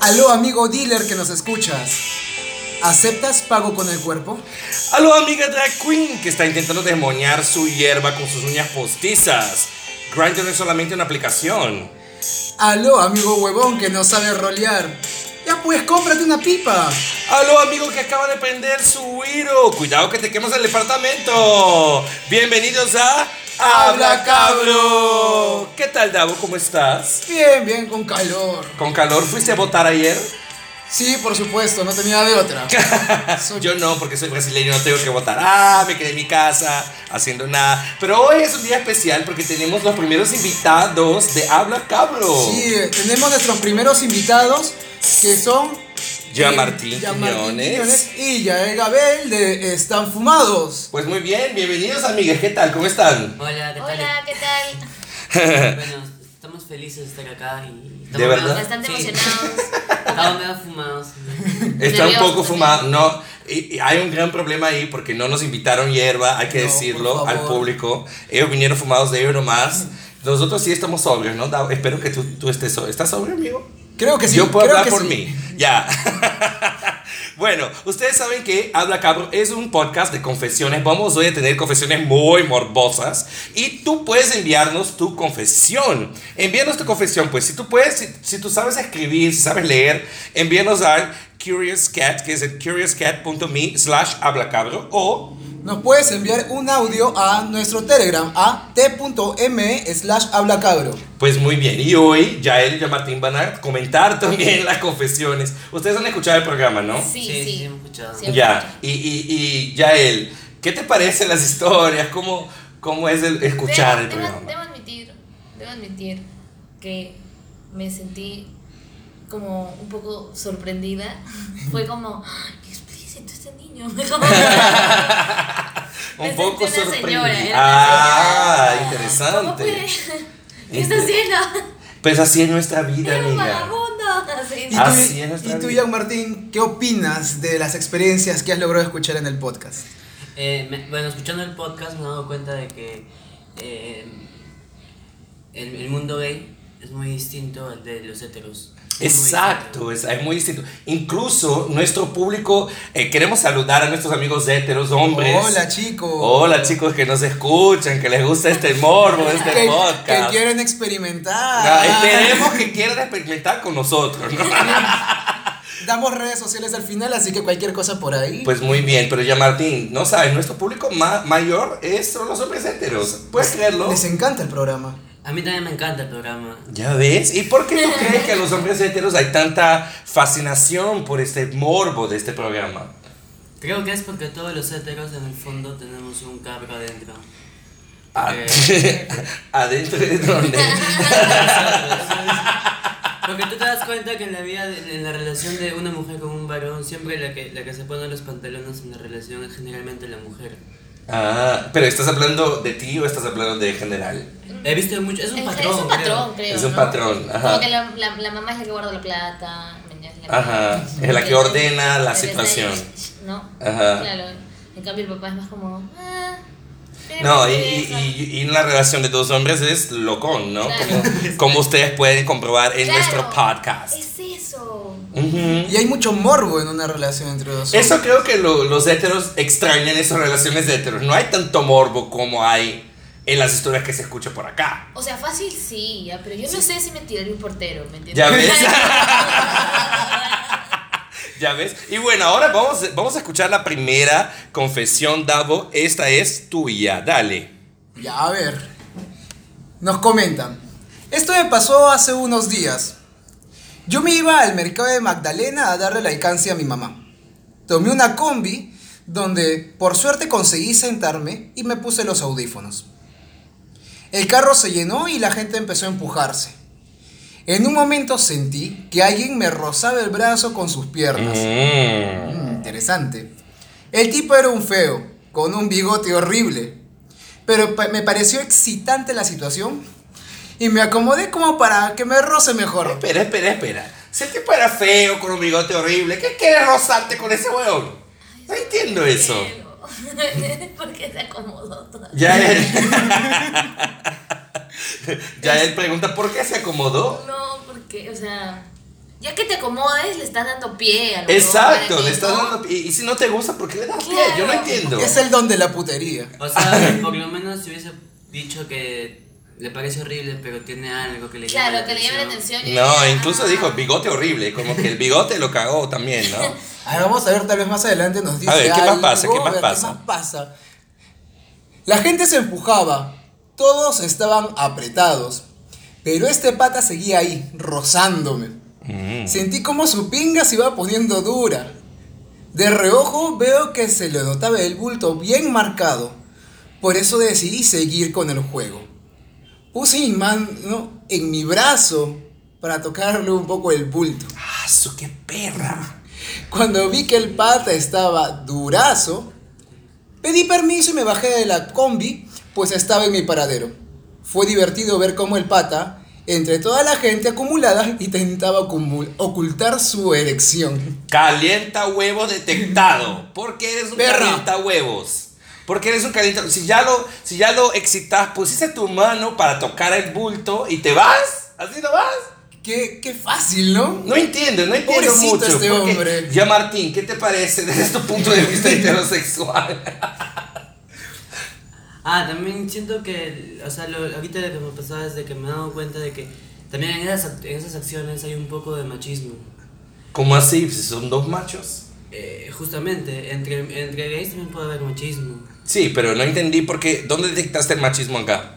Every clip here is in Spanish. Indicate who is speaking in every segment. Speaker 1: Aló, amigo dealer que nos escuchas. ¿Aceptas pago con el cuerpo?
Speaker 2: Aló, amiga drag queen que está intentando desmoñar su hierba con sus uñas postizas. Grindr no es solamente una aplicación.
Speaker 1: Aló, amigo huevón que no sabe rolear. Ya pues, cómprate una pipa.
Speaker 2: Aló, amigo que acaba de prender su hilo. Cuidado que te quemas el departamento. Bienvenidos a Habla Cabro. ¿Qué tal, Davo? ¿Cómo estás?
Speaker 1: Bien, bien, con calor.
Speaker 2: ¿Con calor fuiste a votar ayer?
Speaker 1: Sí, por supuesto, no tenía de otra. Soy-
Speaker 2: Yo no, porque soy brasileño, no tengo que votar. Ah, me quedé en mi casa haciendo nada. Pero hoy es un día especial porque tenemos los primeros invitados de Habla Cabro.
Speaker 1: Sí, eh, tenemos nuestros primeros invitados que son.
Speaker 2: Jean
Speaker 1: eh,
Speaker 2: Martín
Speaker 1: Jean Martín
Speaker 2: Quiñones.
Speaker 1: Quiñones y Yael Gabel de Están Fumados.
Speaker 2: Pues muy bien, bienvenidos amigas, ¿qué tal? ¿Cómo están?
Speaker 3: Hola, ¿qué tal?
Speaker 4: Hola, ¿qué tal?
Speaker 3: Bueno, estamos felices de estar acá y estamos
Speaker 2: ¿De verdad?
Speaker 3: medio-
Speaker 4: Bastante
Speaker 3: sí,
Speaker 4: emocionados.
Speaker 3: Estamos medio fumados.
Speaker 2: Está un
Speaker 4: Nervioso
Speaker 2: poco
Speaker 4: también.
Speaker 2: fumado, no. y- y hay un gran problema ahí porque no nos invitaron hierba, hay que
Speaker 1: No,
Speaker 2: decirlo
Speaker 1: por favor.
Speaker 2: al público. Ellos vinieron fumados de ellos nomás. Nosotros sí estamos sobrios, ¿no? Dao? Espero que tú, tú estés sobrio. ¿Estás sobrio, amigo?
Speaker 1: Creo que sí.
Speaker 2: Yo puedo
Speaker 1: creo
Speaker 2: hablar
Speaker 1: que
Speaker 2: por
Speaker 1: sí.
Speaker 2: mí. Ya. bueno, ustedes saben que Habla Cabro es un podcast de confesiones. Vamos hoy a tener confesiones muy morbosas. Y tú puedes enviarnos tu confesión. Envíanos tu confesión, pues. Si tú puedes, si, si tú sabes escribir, si sabes leer, envíanos al Curious Cat, que es el curiouscat.me slash hablacabro o
Speaker 1: Nos puedes enviar un audio a nuestro Telegram a t.me e slash hablacabro.
Speaker 2: Pues muy bien, y hoy Yael y yo, Martín van a comentar también las confesiones. Ustedes han escuchado el programa, ¿no?
Speaker 4: Sí,
Speaker 3: sí,
Speaker 4: sí.
Speaker 3: hemos escuchado.
Speaker 4: Sí.
Speaker 2: Ya, y, y, y Yael, ¿qué te parecen las historias? ¿Cómo, cómo es el escuchar el
Speaker 4: Debo- debo,
Speaker 2: programa?
Speaker 4: debo admitir, debo admitir que me sentí como un poco sorprendida. Fue como, "Ah, qué explícito este niño.
Speaker 2: Un
Speaker 4: me
Speaker 2: poco
Speaker 4: sentí una
Speaker 2: sorprendida.
Speaker 4: señora, era una
Speaker 2: Ah,
Speaker 4: señora. ¿Cómo puede?
Speaker 2: interesante.
Speaker 4: ¿Qué está haciendo?
Speaker 2: Pues así es nuestra vida,
Speaker 4: Era un
Speaker 2: amiga.
Speaker 4: vagabundo. Así,
Speaker 1: Y tú,
Speaker 2: Ah, Así es nuestra
Speaker 1: y tú,
Speaker 2: vida.
Speaker 1: Jan Martín, ¿qué opinas de las experiencias que has logrado escuchar en el podcast?
Speaker 3: Eh, me- bueno, escuchando el podcast me he dado cuenta de que eh, el, el mundo gay es muy distinto al de los heteros. Es muy
Speaker 2: Exacto, es, es muy distinto. Incluso nuestro público, eh, queremos saludar a nuestros amigos héteros, hombres.
Speaker 1: Hola, chicos.
Speaker 2: Hola chicos que nos escuchan, que les gusta este morbo, este
Speaker 1: Que, que
Speaker 2: podcast.
Speaker 1: quieren
Speaker 2: Ah,
Speaker 1: experimentar.
Speaker 2: Esperemos que quieran experimentar con nosotros. ¿no?
Speaker 1: Damos redes sociales al final, así que cualquier cosa por ahí.
Speaker 2: Pues muy bien, pero ya Martín, no sabes, nuestro público ma- mayor es son los hombres héteros. ¿Puedes creerlo?
Speaker 1: Les encanta el programa.
Speaker 3: A mí también me encanta el programa.
Speaker 2: Ya ves, ¿y por qué tú crees que a los hombres héteros hay tanta fascinación por este morbo de este programa?
Speaker 3: Creo que es porque todos los heteros en el fondo tenemos un cabro adentro.
Speaker 2: Ah,
Speaker 3: Eh.
Speaker 2: Adentro de donde.
Speaker 3: Porque tú te das cuenta que en la vida, de- en la relación de una mujer con un varón, siempre la que, la que se pone los pantalones en la relación es generalmente la mujer.
Speaker 2: Ah, pero ¿estás hablando de ti o estás hablando de general?
Speaker 3: He visto mucho, es un patrón.
Speaker 4: es un
Speaker 3: creo.
Speaker 4: patrón, creo.
Speaker 2: Es un
Speaker 4: ¿no?
Speaker 2: patrón, ajá.
Speaker 4: Como que la, la- la mamá es la que guarda la plata. ¿me entiendes? La
Speaker 2: Ajá, es la que ordena la situación.
Speaker 4: ¿no?
Speaker 2: Ajá.
Speaker 4: Claro. En cambio, el papá es más como. "Ah, ¿qué
Speaker 2: No, y,
Speaker 4: me
Speaker 2: y,
Speaker 4: interesa?".
Speaker 2: y- y una relación de dos hombres es locón, ¿no?
Speaker 4: Claro.
Speaker 2: Como, como ustedes pueden comprobar en
Speaker 4: Claro,
Speaker 2: nuestro podcast.
Speaker 4: Es eso.
Speaker 2: Ujú.
Speaker 1: Y hay mucho morbo en una relación entre dos. hombres.
Speaker 2: Eso creo que lo- los heteros extrañan esas relaciones de heteros. No hay tanto morbo como hay en las historias que se escucha por acá.
Speaker 4: O sea, fácil sí, ya, pero yo no sé si me tiraría un portero, ¿me entiendes?
Speaker 2: Ya ves. ¿Ya ves? Y bueno, ahora vamos, vamos a escuchar la primera confesión, Davo. Esta es tuya, dale.
Speaker 1: Ya, a ver. Nos comentan. Esto me pasó hace unos días. Yo me iba al mercado de Magdalena a darle la alcance a mi mamá. Tomé una combi donde por suerte conseguí sentarme y me puse los audífonos. El carro se llenó y la gente empezó a empujarse. En un momento sentí que alguien me rozaba el brazo con sus piernas.
Speaker 2: Mm.
Speaker 1: Mm, interesante. El tipo era un feo, con un bigote horrible. Pero pa- me pareció excitante la situación y me acomodé como para que me roce mejor.
Speaker 2: Espera, espera, espera. Si el tipo era feo, con un bigote horrible, ¿qué quieres rozarte con ese huevón? No entiendo eso.
Speaker 4: Porque se acomodó todo.
Speaker 2: Ya él. ya él pregunta por qué se acomodó.
Speaker 4: No, porque, o sea, Ya que te acomodes, le estás dando pie a lo
Speaker 2: Exacto,
Speaker 4: para
Speaker 2: le
Speaker 4: que,
Speaker 2: estás
Speaker 4: ¿no?
Speaker 2: dando. Y, y si no te gusta, ¿por qué le das pie?
Speaker 4: Claro.
Speaker 2: Yo no entiendo.
Speaker 1: Es el don de la putería.
Speaker 3: O sea, por lo menos si hubiese dicho que le parece horrible, pero tiene algo que le llama
Speaker 4: Claro,
Speaker 3: la
Speaker 4: que le llame la atención. y
Speaker 2: No,
Speaker 4: diga,
Speaker 2: incluso
Speaker 4: "Ah".
Speaker 2: dijo bigote horrible, como que el bigote lo cagó también, ¿no?
Speaker 1: A ver, vamos a ver, tal vez más adelante nos dice.
Speaker 2: ver, ¿qué más
Speaker 1: algo,
Speaker 2: pasa? ¿Qué
Speaker 1: a
Speaker 2: más
Speaker 1: ver,
Speaker 2: pasa?
Speaker 1: pasa? La gente se empujaba, todos estaban apretados, pero este pata seguía ahí, rozándome.
Speaker 2: Mm.
Speaker 1: Sentí como su pinga se iba poniendo dura. De reojo veo que se le notaba el bulto bien marcado. Por eso decidí seguir con el juego. Puse mi mano en mi brazo para tocarle un poco el bulto.
Speaker 2: ¡Ah, su qué perra!
Speaker 1: Cuando vi que el pata estaba durazo, pedí permiso y me bajé de la combi, pues estaba en mi paradero. Fue divertido ver cómo el pata, entre toda la gente acumulada, intentaba ocumu- ocultar su erección.
Speaker 2: Calienta huevos detectado. ¿Por qué eres un
Speaker 1: Perra.
Speaker 2: calienta huevos? Porque eres un calienta. Si ya lo, si ya lo excitas, pusiste tu mano para tocar el bulto y te vas. ¿Así no vas?
Speaker 1: Qué, qué fácil, ¿no?
Speaker 2: No entiendo, no entiendo
Speaker 1: Pobrecito
Speaker 2: mucho.
Speaker 1: este
Speaker 2: porque-
Speaker 1: hombre.
Speaker 2: Ya Martín, ¿qué te parece desde tu punto de vista heterosexual?
Speaker 3: Ah, también siento que, o sea, lo- ahorita lo que me pasaba es de que me he dado cuenta de que también en esas, en esas acciones hay un poco de machismo.
Speaker 2: ¿Cómo así? Si son dos machos.
Speaker 3: Eh, justamente, entre, entre gays también puede haber machismo.
Speaker 2: Sí, pero no entendí por qué. ¿Dónde detectaste el machismo acá?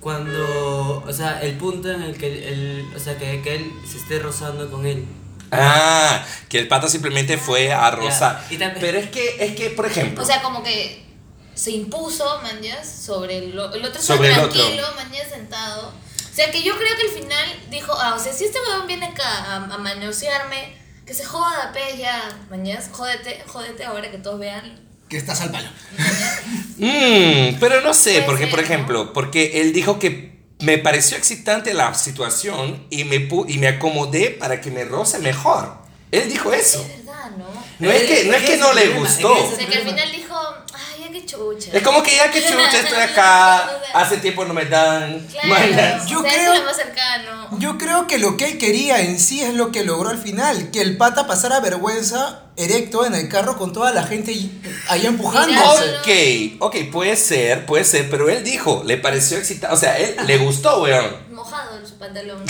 Speaker 3: Cuando, o sea, el punto en el que él, o sea, que, que él se esté rozando con él.
Speaker 2: Ah, que el pata simplemente fue a rozar.
Speaker 3: y también-
Speaker 2: Pero es que, es que, por ejemplo.
Speaker 4: O sea, como que se impuso, mañas, sobre el, o- el otro estaba
Speaker 2: Sobre el otro.
Speaker 4: tranquilo, mañas sentado. O sea, que yo creo que al final dijo, ah, o sea, si este weón viene acá a, a manosearme, que se joda, pe, ya, mañas, jódete, jódete ahora que todos vean.
Speaker 1: Que estás al palo.
Speaker 2: Mm, pero no sé,
Speaker 4: Puede
Speaker 2: porque
Speaker 4: ser,
Speaker 2: por
Speaker 4: ¿no?
Speaker 2: ejemplo, porque él dijo que me pareció excitante la situación y me, pu- y me acomodé para que me roce mejor. Él dijo eso.
Speaker 4: Es verdad, ¿no? O
Speaker 2: No es que no, es que no le gustó.
Speaker 4: sea, que al final dijo, ay, ya que chucha.
Speaker 2: Es como que ya que chucha estoy acá, hace tiempo no me dan.
Speaker 4: Claro,
Speaker 1: Yo
Speaker 4: o sea, es
Speaker 1: creo-
Speaker 4: lo más cercano.
Speaker 1: Yo creo que lo que él quería en sí es lo que logró al final, que el pata pasara vergüenza erecto en el carro con toda la gente y- ahí empujándose.
Speaker 4: Mirándolo.
Speaker 2: Ok, ok, puede ser, puede ser, pero él dijo, le pareció excitante, o sea, él le gustó, weón.
Speaker 4: Mojado en su pantalón.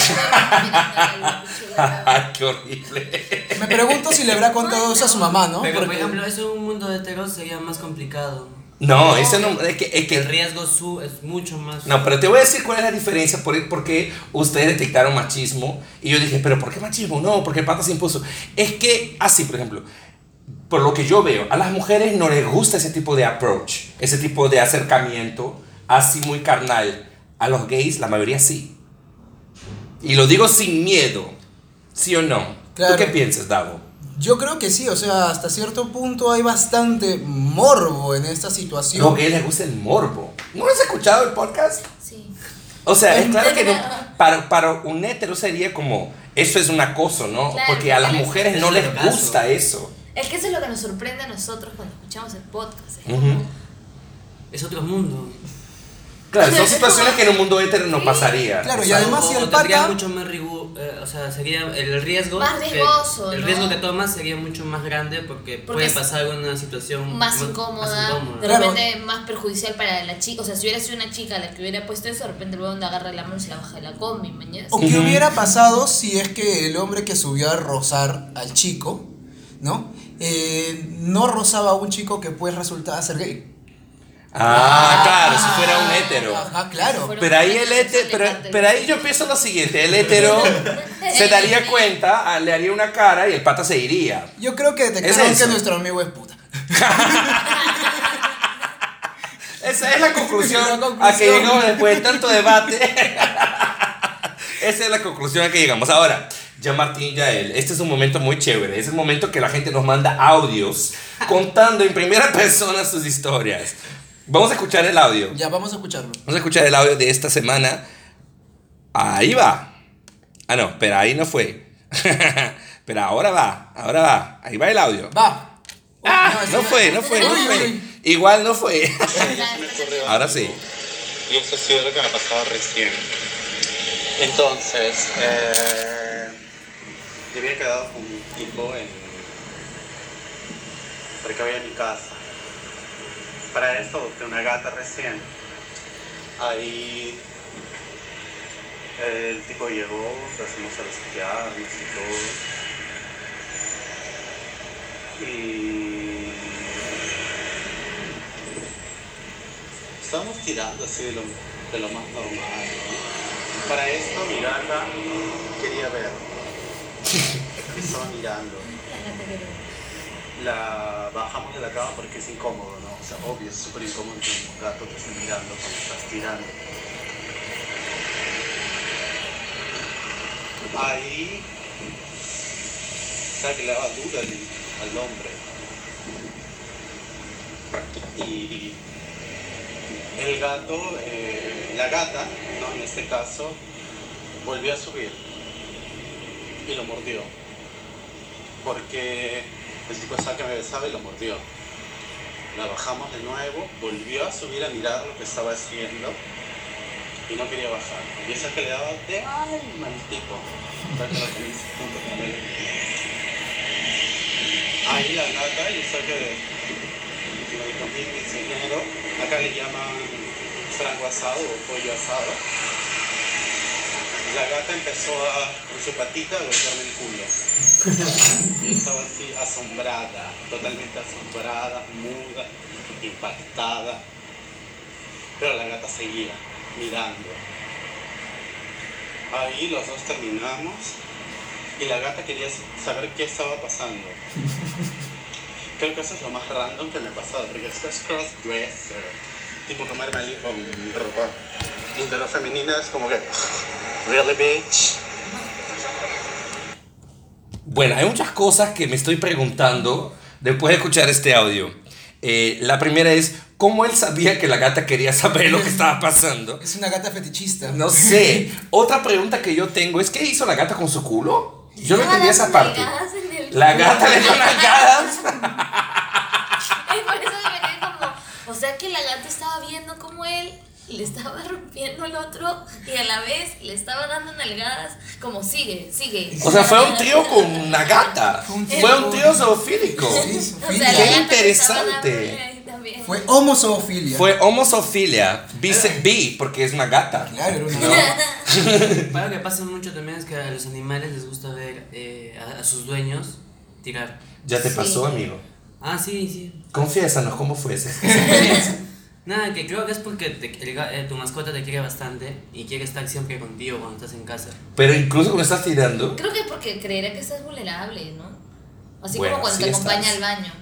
Speaker 4: Pero
Speaker 2: Qué horrible.
Speaker 1: Me pregunto si le habrá contado eso a su mamá, ¿no?
Speaker 3: Pero, por
Speaker 1: Porque-
Speaker 3: ejemplo, eso en un mundo de heteros sería más complicado.
Speaker 2: No, eso no, es que, es que
Speaker 3: El riesgo su es mucho más.
Speaker 2: No, pero te voy a decir cuál es la diferencia por, por qué ustedes detectaron machismo. Y yo dije, ¿pero por qué machismo? No, porque el pata se impuso. Es que, así, por ejemplo, por lo que yo veo, a las mujeres no les gusta ese tipo de approach, ese tipo de acercamiento, así muy carnal. A los gays, la mayoría sí. Y lo digo sin miedo, ¿sí o no?
Speaker 1: Claro.
Speaker 2: ¿Tú qué piensas, Davo?
Speaker 1: Yo creo que sí, o sea, hasta cierto punto hay bastante morbo en esta
Speaker 2: A los
Speaker 1: situación.
Speaker 2: gays les gusta el morbo. ¿No has escuchado el podcast?
Speaker 4: sí.
Speaker 2: O sea, es claro que no, para, para un hétero sería como, eso es un acoso, ¿no?
Speaker 4: Claro,
Speaker 2: Porque a las
Speaker 4: claro.
Speaker 2: mujeres no
Speaker 3: Es
Speaker 2: les
Speaker 3: un caso.
Speaker 2: gusta eso.
Speaker 4: Es que eso es lo que nos sorprende a nosotros cuando escuchamos el podcast. Es
Speaker 2: Ujú.
Speaker 4: como,
Speaker 3: Es otro mundo.
Speaker 2: Claro, son situaciones que en un mundo hétero no pasaría.
Speaker 1: Claro,
Speaker 2: O
Speaker 1: y
Speaker 2: sea,
Speaker 1: además- si
Speaker 3: o
Speaker 1: el
Speaker 3: tendría
Speaker 1: pata-
Speaker 3: mucho más rigu- eh, o sea, sería el riesgo.
Speaker 4: Más
Speaker 3: que-
Speaker 4: riesgoso,
Speaker 3: El
Speaker 4: ¿no?
Speaker 3: riesgo que tomas sería mucho más grande porque, puede
Speaker 4: es
Speaker 3: pasar una situación
Speaker 4: más
Speaker 3: mu-
Speaker 4: incómoda,
Speaker 3: más
Speaker 4: de
Speaker 3: incómoda.
Speaker 1: Claro.
Speaker 4: repente más perjudicial para la chica. O sea, si hubiera sido una chica la que hubiera puesto eso, de repente el huevón le agarra la mano y se la baja de la combi, mañana.
Speaker 1: O qué
Speaker 2: Ujú.
Speaker 1: hubiera pasado si es que el hombre que subió a rozar al chico, ¿no? Eh, no rozaba a un chico que pues resultaba ser gay.
Speaker 2: Ah, claro, si fuera un hétero.
Speaker 1: Ajá, claro.
Speaker 2: Pero ahí el hétero, pero, pero ahí yo pienso lo siguiente, el hétero se daría cuenta, ah, le haría una cara y el pata se iría.
Speaker 1: Yo creo que detectaron
Speaker 2: eso.
Speaker 1: que nuestro amigo es puta.
Speaker 2: Esa es la conclusión,
Speaker 1: La
Speaker 2: a que
Speaker 1: conclusión.
Speaker 2: llegamos después de tanto debate. Esa es la conclusión a que llegamos. Ahora, ya Martín, ya él, este es un momento muy chévere. Es el momento que la gente nos manda audios contando en primera persona sus historias. Vamos a escuchar el audio.
Speaker 1: Ya, vamos a escucharlo.
Speaker 2: Vamos a escuchar el audio de esta semana. Ahí va. Ah, no, pero ahí no fue. pero ahora va, ahora va. Ahí va el audio.
Speaker 1: Va. Uy,
Speaker 2: Ah,
Speaker 1: ese-
Speaker 2: no fue, no fue, no
Speaker 1: Uy, uy,
Speaker 2: fue.
Speaker 1: uy.
Speaker 2: Igual no fue. Ahora sí.
Speaker 5: Y eso ha sido lo que me ha pasado recién. Entonces, eh, Yo había quedado con mi hijo en. cerca de mi casa. Para eso adopté una gata recién. Ahí. eh, El tipo llegó, empezamos a resetearnos y todo. Y. Estamos tirando así de lo, de lo más normal. ¿no? Para esto mi gata quería ver. Estaba mirando. La bajamos de la cama porque es incómodo, ¿no? O sea, obvio, es súper incómodo que un gato te esté mirando cuando estás tirando. Ahí saca la duda al, al hombre. Y el gato, eh, la gata, ¿no? en este caso, volvió a subir y lo mordió. Porque el tipo sabe que me besaba y lo mordió. La bajamos de nuevo, volvió a subir a mirar lo que estaba haciendo y no quería bajar. Y esa que le daba de alma al tipo. Hasta que lo tenía junto con él. Ahí la gata, yo sé que y me dijo, "Mira, mi señor, acá le llaman frango asado o pollo asado. La gata empezó a, con su patita a golpearme el culo. Yo estaba así asombrada, totalmente asombrada, muda, impactada. Pero la gata seguía mirando. Ahí los dos terminamos y la gata quería saber qué estaba pasando. Creo que eso es lo más random que me ha pasado, porque esto es crossdresser. Tipo comerme al hijo con ropa entero femenina es como que. Really, bitch.
Speaker 2: Bueno, hay muchas cosas que me estoy preguntando después de escuchar este audio. Eh, la primera es, ¿cómo él sabía que la gata quería saber lo que estaba pasando?
Speaker 1: Es una gata fetichista.
Speaker 2: No sé. Otra pregunta que yo tengo es, ¿qué hizo la gata con su culo? Yo no entendí esa parte. La gata le dio unas gadas.
Speaker 4: Y por eso me quedé como, o sea que la gata estaba viendo como él le estaba rompiendo al otro y a la vez le estaba dando nalgadas como sigue, sigue.
Speaker 2: O sea, fue un trío con una gata.
Speaker 1: Fue un
Speaker 2: Fue un trío
Speaker 1: trío.
Speaker 2: zoofílico.
Speaker 1: Sí, sí.
Speaker 4: O sea, la
Speaker 2: Qué
Speaker 4: gata le estaba
Speaker 2: interesante.
Speaker 4: dando ahí también.
Speaker 1: Fue homozoofilia.
Speaker 2: Fue homosofilia. Bice- Bi, porque es una gata.
Speaker 1: Claro, era una
Speaker 2: No.
Speaker 1: gata.
Speaker 3: Para que pasa mucho también es que a los animales les gusta ver eh, a, a sus dueños tirar.
Speaker 2: Ya te
Speaker 4: Sí.
Speaker 2: pasó, amigo.
Speaker 3: Ah, sí, sí.
Speaker 2: Confiésanos, ¿cómo fue ese- esa experiencia?
Speaker 3: Nada, que creo que es porque te- el ga- eh, tu mascota te quiere bastante y quiere estar siempre contigo cuando estás en casa.
Speaker 2: Pero incluso cuando estás tirando,
Speaker 4: Creo que es porque creerá que estás vulnerable, ¿no? Así
Speaker 2: Bueno,
Speaker 4: como cuando
Speaker 2: sí
Speaker 4: te acompaña
Speaker 2: estás.
Speaker 4: al baño.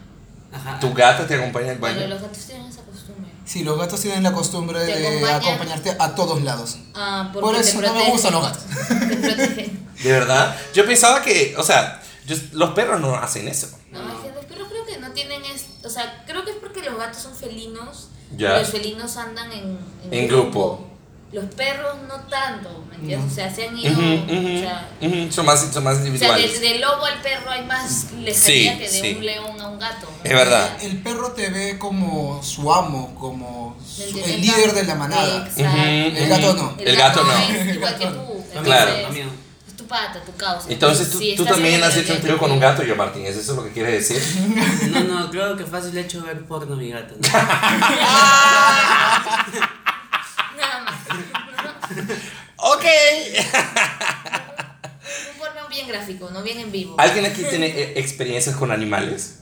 Speaker 3: Ajá.
Speaker 2: tu gata te acompaña al
Speaker 4: Pero
Speaker 2: baño.
Speaker 4: los gatos tienen esa costumbre.
Speaker 1: Sí, los gatos tienen la costumbre
Speaker 4: Te
Speaker 1: de
Speaker 4: acompañan.
Speaker 1: acompañarte a todos lados.
Speaker 4: Ah, porque
Speaker 1: Por
Speaker 4: te
Speaker 1: eso no me
Speaker 4: protege.
Speaker 1: gustan los gatos.
Speaker 4: Te protege.
Speaker 2: De verdad, yo pensaba que, o sea, yo- los perros no hacen eso.
Speaker 4: No, es que los perros creo que no tienen es, o sea, creo que es porque los gatos son felinos.
Speaker 2: Ya.
Speaker 4: y Los felinos andan en,
Speaker 2: En grupo.
Speaker 4: Los perros no tanto, ¿me entiendes? O sea, se han ido,
Speaker 2: Ujú, ujú,
Speaker 4: o sea,
Speaker 2: ujú, Son más, son más
Speaker 4: o sea, de-
Speaker 2: individuales.
Speaker 4: del lobo al perro hay más lejanía
Speaker 2: Sí,
Speaker 4: que de
Speaker 2: sí.
Speaker 4: un león a un gato. ¿no?
Speaker 2: Es verdad.
Speaker 1: El perro te ve como su amo, como su-
Speaker 4: El-
Speaker 1: el,
Speaker 4: el
Speaker 1: líder
Speaker 4: gato.
Speaker 1: de la manada.
Speaker 4: Exacto.
Speaker 2: Ujú,
Speaker 1: El gato
Speaker 2: ujú.
Speaker 1: no.
Speaker 2: El gato no.
Speaker 4: Es igual que tú.
Speaker 3: Lo
Speaker 2: Claro.
Speaker 4: entonces,
Speaker 3: mío, lo mío.
Speaker 4: Es tu pata, tu causa.
Speaker 2: Entonces tú,
Speaker 4: si
Speaker 2: tú
Speaker 4: estás
Speaker 2: también
Speaker 4: en
Speaker 2: has hecho un trío con un gato, yo, Martín. ¿Es eso lo que quieres decir?
Speaker 3: No, no, creo que fácil he hecho ver porno a mi gata. ¿no?
Speaker 4: Nada más. No,
Speaker 2: ok.
Speaker 4: Un porno bien gráfico, no bien en vivo.
Speaker 2: ¿Alguien aquí tiene eh, experiencias con animales?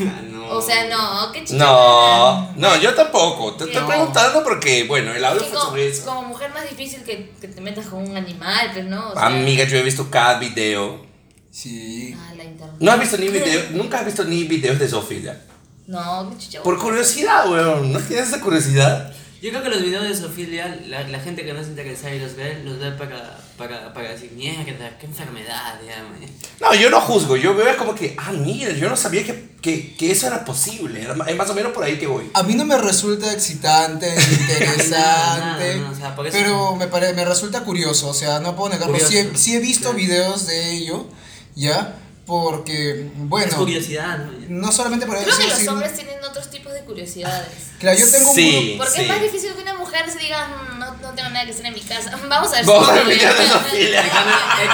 Speaker 3: Ah, no.
Speaker 4: O sea, no, qué chido.
Speaker 2: No, no, yo tampoco. Te estoy
Speaker 4: No.
Speaker 2: preguntando porque, bueno, el audio
Speaker 4: Es que
Speaker 2: fue
Speaker 4: como,
Speaker 2: sobre eso.
Speaker 4: como mujer más difícil que, que te metas con un animal, pues no. O sea,
Speaker 2: Amiga, yo he visto cada video.
Speaker 1: Sí.
Speaker 4: Ah, la internet.
Speaker 2: No has visto ni video, nunca has visto ni videos de Sofía.
Speaker 4: No, qué chucha.
Speaker 2: Por curiosidad, weón. ¿No tienes esa curiosidad?
Speaker 3: Yo creo que los videos de Sofía, la, la gente que no se interesa y los ve, los ve para, para, para decir, mierda, qué enfermedad, ya, eh". man".
Speaker 2: No, yo no juzgo. Yo veo es como que, ah, mira, yo no sabía que, que, que eso era posible. Era ma- Es más o menos por ahí que voy.
Speaker 1: A mí no me resulta excitante, interesante,
Speaker 3: No, no, no, o sea, por eso-
Speaker 1: pero me, pare- me resulta curioso, o sea, no puedo negarlo. Sí he,
Speaker 3: Curioso,
Speaker 1: sí he visto
Speaker 3: claro.
Speaker 1: videos de ello, ¿ya? Porque,
Speaker 3: Es
Speaker 1: bueno,
Speaker 3: curiosidad, ¿no?
Speaker 1: no solamente para
Speaker 4: Creo que
Speaker 1: sí,
Speaker 4: los
Speaker 1: sí.
Speaker 4: hombres tienen otros tipos de curiosidades.
Speaker 1: Claro, yo tengo un
Speaker 2: Sí.
Speaker 1: grupo-
Speaker 4: Porque
Speaker 2: sí.
Speaker 4: es más difícil que una mujer se diga, "Mm, no, no tengo nada que hacer en mi casa. Vamos a ver
Speaker 2: Vamos a ver
Speaker 4: Sofía.
Speaker 2: videos de Sofía.
Speaker 3: Es que- es